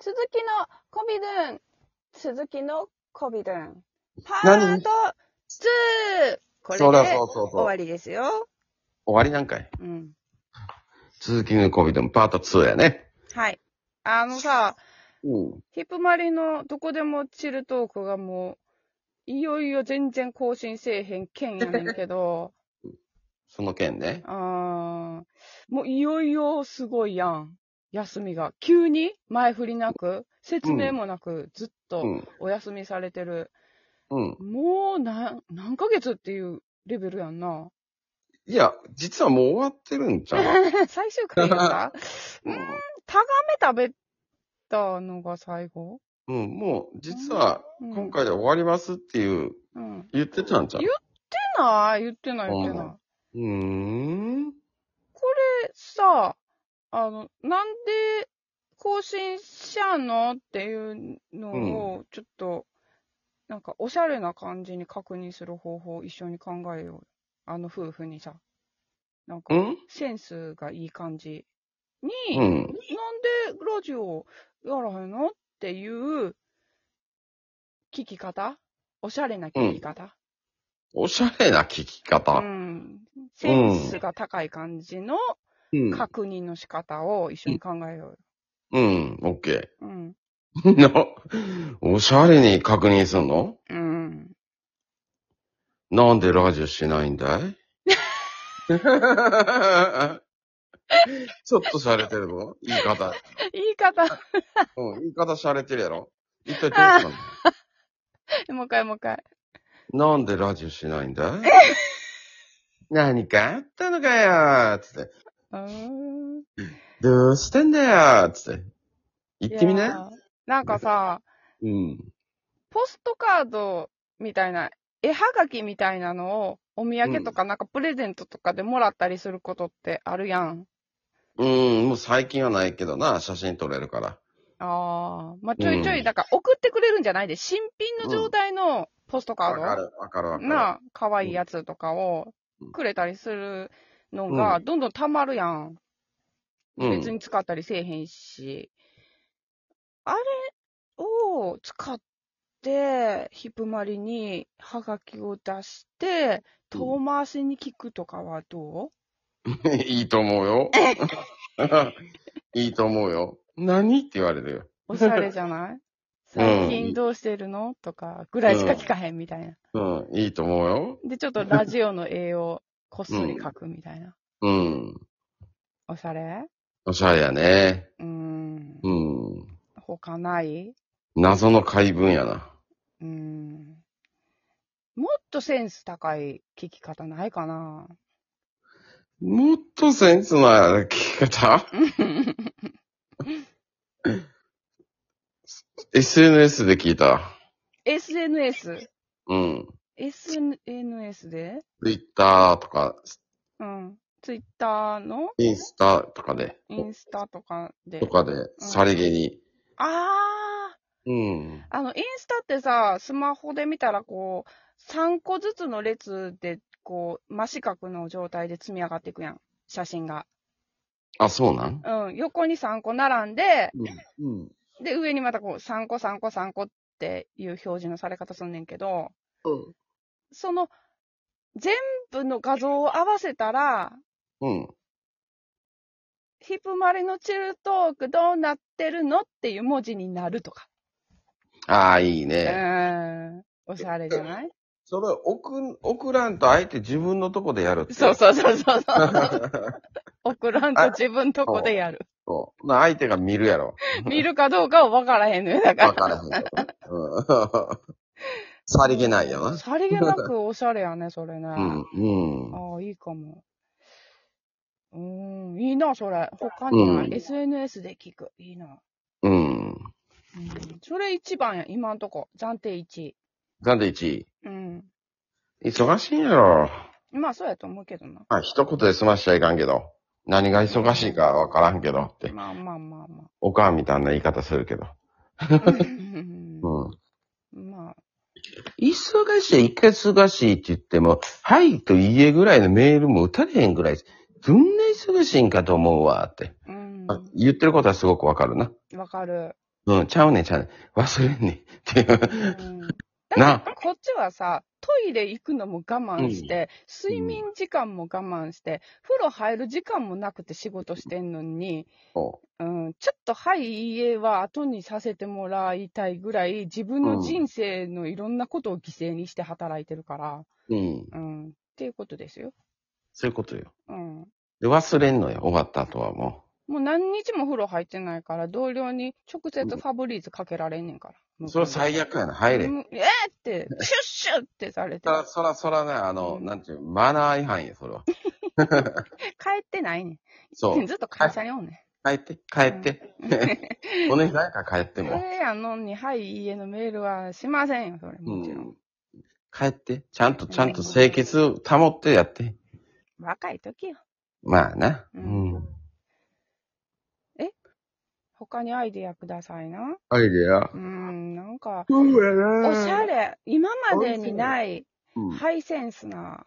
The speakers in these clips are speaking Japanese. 続きのコビドゥン。続きのコビドゥン。パー何ト 2! これでそうだそ終うそうそう。わ終りですよ。わりなんかい。うん。続きのコビドンパート2やね。はい。あのさ、うん。ヒップマリのどこでもチルトークがもう、いよいよ全然更新せえへん件やねんけ ど、その件ね。あーもういよいよすごいやん。休みが。急に前振りなく、説明もなく、ずっうとん。お休みされてる。うん。もう何、何ヶ月っていうレベルやんな。 いや、実はもう終わってるんちゃう最終回や ったう雨食べたのが最後ん。うん。もう、実は、うん今回で終わりますっていう、うん。言ってたんちゃう言ってない言ってない言ってない。うんうーん。で、さ、あの、なんで更新しちゃうのっていうのを、ちょっと、なんかおしゃれな感じに確認する方法を一緒に考えようよ。あの夫婦にさ。なんかう、んセンスがいい感じうに、ん。なんでラジオやらへんのっていう聞き方おしゃれな聞き方、おしゃれな聞きうん方。センスが高い感じのうん。確認の仕方を一緒に考えようん。オッケうよ。うん。ー。 な、おしゃれに確認すんのうん。なんでラジオしないんだ いちょっと洒落てるの言い方。言い方、うん、言い方洒落てるやろ一体どうしたのもう一回もう一回。なんでラジオしないんだい何かあったのかよつって。うーん。どうしてんだよつって。言ってみいねや。ーなんかさ、うん。ポストカードみたいな、絵はがきみたいなのをお土産とかなんかプレゼントとかでもらったりすることってあるやん。うん、もう最近はないけどな、写真撮れるから。ああ、まあ、ちょいちょうい、んだから送ってくれるんじゃないで、新品の状態のポストカわかーる、わかる、わドかる。な、可愛いやつとかをうんくれたりするのが、どんどん溜まるやん。うん別に使ったりせえへんし。あれを使って、ヒプマリにハガキを出して、遠回しに聞くとかはどう、 いいと思うよ。 いいと思うよ。何って言われるよ。おしゃれじゃ ない最近どうしてるのとか、ぐらいしか聞かへんみたいな。うん、いいと思うよ。で、ちょっとラジオの絵をこっそり描くみたいな。うん。おしゃれおしゃれやね。うーん。うん。他ない謎の怪文やな。うーん。もっとセンス高い聞き方ないか なもっとセンスな聞き方 ?SNS で聞いた。 ?SNS。うん。 SNS で Twitter とか、うん。Twitter のインスタとかで、インスタとかでと。かで、さりげに。あー。うん。あの、インスタってさ、スマホで見たらこう、3個ずつの列で、こう、真四角の状態で積み上がっていくやん。写真が。あ、そうなんうん、横に3個並んで、うん。で、上にまたこう、3個、3個、3個っていう表示のされ方すんねんけど、うん。その、全部の画像を合わせたら、うん。ヒップマリのチルトークどうなってるのっていう文字になるとか。ああ、いいうね。ーん。おしゃれじゃないそれ、送、送らんとあえて自分のとこでやるって。そうそうそうそうそう。う。 送らんと自分とこでやる。そう。な相手が見るやろ。見るかどうかは分からへんのよ。だかわら。からへんけど。うん。 さりげないよな。さりげなくおしゃれやね、それね。うん。うん。ああ、いいかも。うーん、いいな、それ。他にない、うん SNS で聞く。いいな。うん。うん、それ一番や、今んとこ。暫定1位。なんで1位うん。忙しいんやろ。まあ、そうやと思うけどな。まあ、一言で済ましちゃいかんけど。何が忙しいかわからんけどって。まあまあまあま おかんみたいな言い方するけど。あ。うん うん。まあ、忙しい、一回忙しいって言っても、はいと言えぐらいのメールも打たれへんぐらい、どんな忙しいんかと思うわって。うん。あ言ってることはすごくわかるな。わかる。うん、ちゃうねん、ちゃうねん。忘れんねん。っていう。 うんだなってこっちはさ、トイレ行くのも我慢して、睡眠時間も我慢して、風呂入る時間もなくて仕事してんのに、そうん、ちょっとはい、家は後にさせてもらいたいぐらい、自分の人生のいろんなことを犠牲にして働いてるから、う。うん。うん、っていうことですよ。そういうことよ。うん。で、忘れんのよ、終わった後はももう何日も風呂入ってないから、同僚に直接ファブリーズかけられんねんから。う。それ最悪やな、入れ。うんえーって、シュッシュッってされてそ、ら、そら、そらね、あの、うんなんていう、マナー違反や、それは。帰ってないねん。そう。ずっと会社におんね帰って、帰って。お願いから帰ってん。そも。れやのに、はい、家のメールはしませんよ、それ。うもちろん。ん。帰って、ちゃんと、ちゃんと清潔保ってやって。若い時よ。まあな。ううんん。他にアイディアくださいな。アイデアう。ん、なんか、そうやなおしゃ。れ。今までにないうんハイセンスな。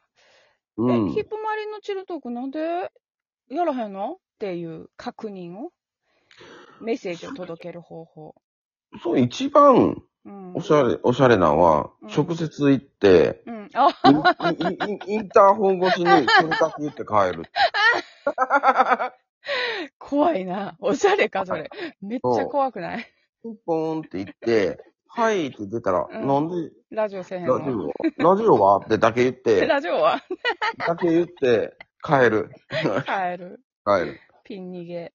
え、うん。ヒップマリのチルトークなんでやらへんのっていう確認を。メッセージを届ける方法。そう、一番、うん。おしゃれ、おしゃれなんはうん、直接行って、うん。あ、インインインインターホン越しに洗濯行って帰る。怖いな。おしゃれか、それ。めっちゃ怖くないピンポーンって行って、はいって出たら、うんなんで、ラジオせえへんラジの。オ、ラジオはってだけ言 って、ラジオはだけ言って、帰る。帰る。帰る。ピン逃げ。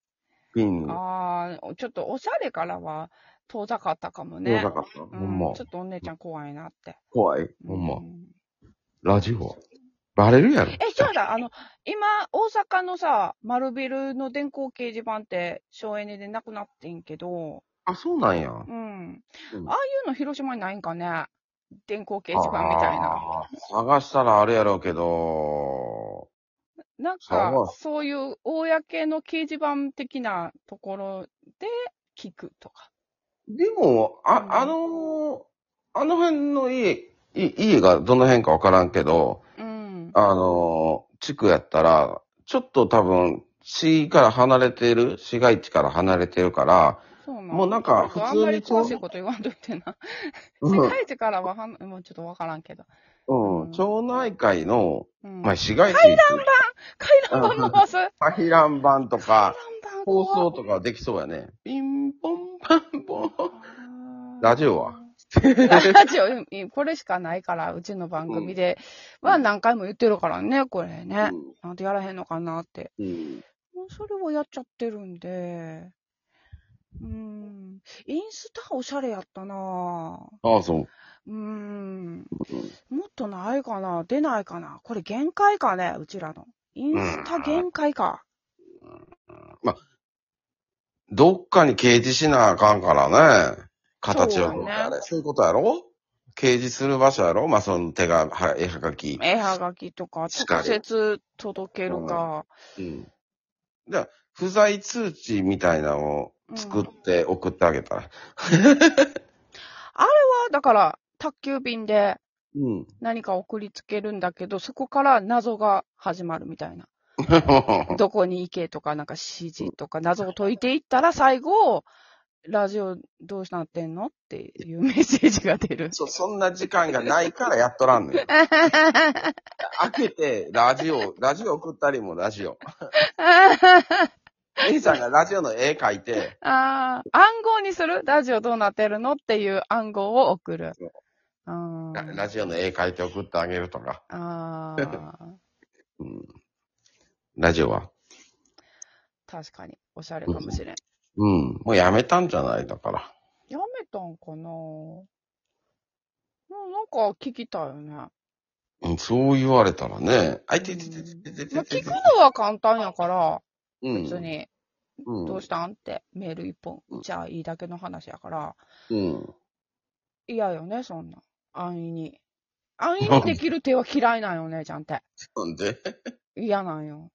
ピンに。ああ、ちょっとおしゃれからは遠ざかったかもね、ねな。かった。ほんうまんちょ。っとお姉ちゃん怖いなって。怖い。ほんうま。んラジオは。バレるやろ。え、そうだ、あの、今、大阪のさ、丸ビルの電光掲示板って省エネでなくなってんけど、あ、そうなんや。うん。うんああいうの広島にないんかね電光掲示板みたいな。あー。探したらあるやろうけど、なんそうか、そういう公の掲示板的なところで聞くとか。でも、うあ、んあのーあの辺の家、い家がどの辺かわからんけど、うん。あのー地区やったら、ちょっと多分、市から離れてる、市街地から離れてるから、そうなんもうなんか普あんま通りにこ詳うしいこと言わんといてな。う世ん界一からははん、もうちょっとわからんけど。うんうん町内会の、うん。まあ、市街地。回回覧板回す。回覧板と覧か、板放怖送とかできそうやね。ピンポンパンポン。っラジオはラジオ、うんこれしかないから、うちの番組で。うんは何回も言ってるからね、これね。うんなんでやらへんのかなって。うんもうそれをやっちゃってるんで。うん。インスタおしゃれやったなぁ。ああ、そう。うん。もっとないかな出ないかなこれ限界かねうちらの。インスタ限界か。どっかに掲示しなあかんからね。形はそうねあれそういうことやろ掲示する場所やろまあ、その手が、は絵はがき。絵はがきとか、しか直り接届けるか。うん。じゃあ不在通知みたいなのを作って送ってあげたら。あだから、宅急便でうん。 何か送りつけるんだけど、そこから謎が始まるみたいな。どこに行けとか、なんか指示とか、謎を解いていったら最後、ラジオどうなってんのっていうメッセージが出 。るそ、そんな時間がないからやっとらんの よ。開けて、ラジオ、ラジオ送ったりもラジオ。姉さんがラジオの絵描いて、ああ、暗号にするラジオどうなってるのっていう暗号を送るそう。あラーラジオの絵描いて送ってあげるとか。あ ー、うん。ラジオは確かに、おしゃれかもしれん。うん。もうやめたんじゃないだから。やめたんかなもうなんか聞きたいよね。まうん、そう言われたらね。あいててててててあ、てて聞くのは簡単やから、うん別に、うんどうしたんってメール一本、じゃあいいだけの話やから、うん。嫌よね、そんなん。安易に。安易にできる手は嫌いなんよ、お姉ちゃんって。なんで嫌なんよ。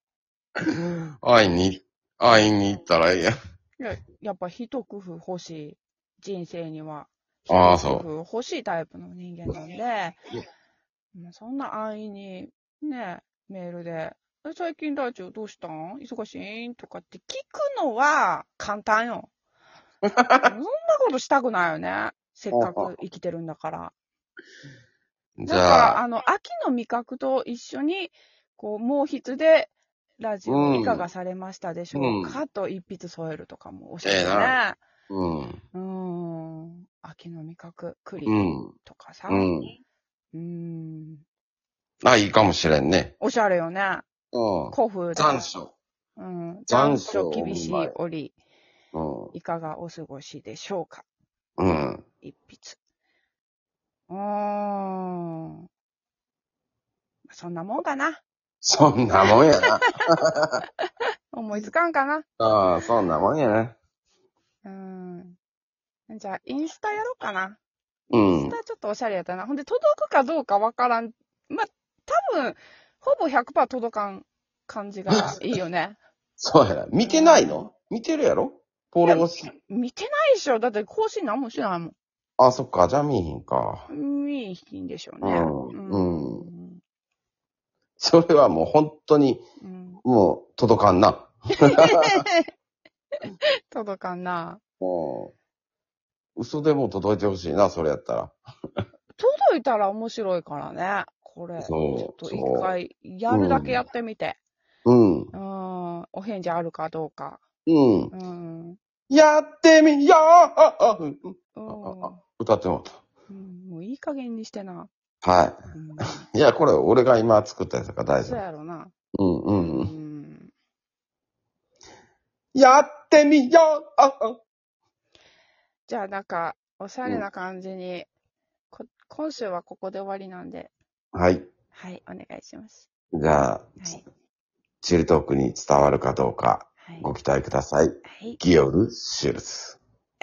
会いに、会いに行ったらいいやん。やっぱ一工夫欲しい。人生には。あー一工夫欲しいタイプの人間なんで、もうそんな安易に、ね、メールで、え最 近ラジオどうしたん忙しいんとかって聞くのは簡単よ。そんなことしたくないよね。せっかく生きてるんだから。じだから、ゃあ、あの、秋の味覚と一緒に、こう、毛筆で、ラジうオんいかがされましたでしょうか、と一筆添えるとかもおしゃれええねな。うん。うーん。秋の味覚、栗うん。とかさ。うん。うーん。あ、いいかもしれんね。おしゃれよね。うん。古風だ。残暑。うん。残残暑暑厳しい折、ういかがお過ごしでしょうかん。うん。一筆。うーん。そんなもんかな。そんなもん やな。思いつかんかな。ああ、そんなもんやな。うん。じゃあ、インスタやろうかな。うインスん。タちょっとおしゃれやったな。ほんで、届くかどうかわからん。まあ、多分、ほぼ100%届かん感じがいいよ ね。そうやな。見てないの見てるやろフォローし。見てないでしょ。だって更新何もしてないもあ、そっか。じゃあ見えへんか。ん。見えひんでしょうね。うんん。それはもう本当に、うん。もう届かんな。届かんな。もう、嘘でも届いてほしいな、それやったら。届いたら面白いからね。これ。ちそうょっと一回、やるだけやってみて。うん。うん。お返事あるかどうか。うん。うん。やってみようあう歌ってもらっん。もういい加減にしてな。た。はうん、 い。いや、これ俺が今作ったやつだから大そ丈うやろな。夫。うんううんうん。ん。やってみようじゃあなんか、おしゃれな感じに、こ今週はここで終わりなんで、はい。はい、お願いします。じゃあ、はい。チルトークに伝わるかどうかはい。ご期待ください。はい。ギオル・シュルツ。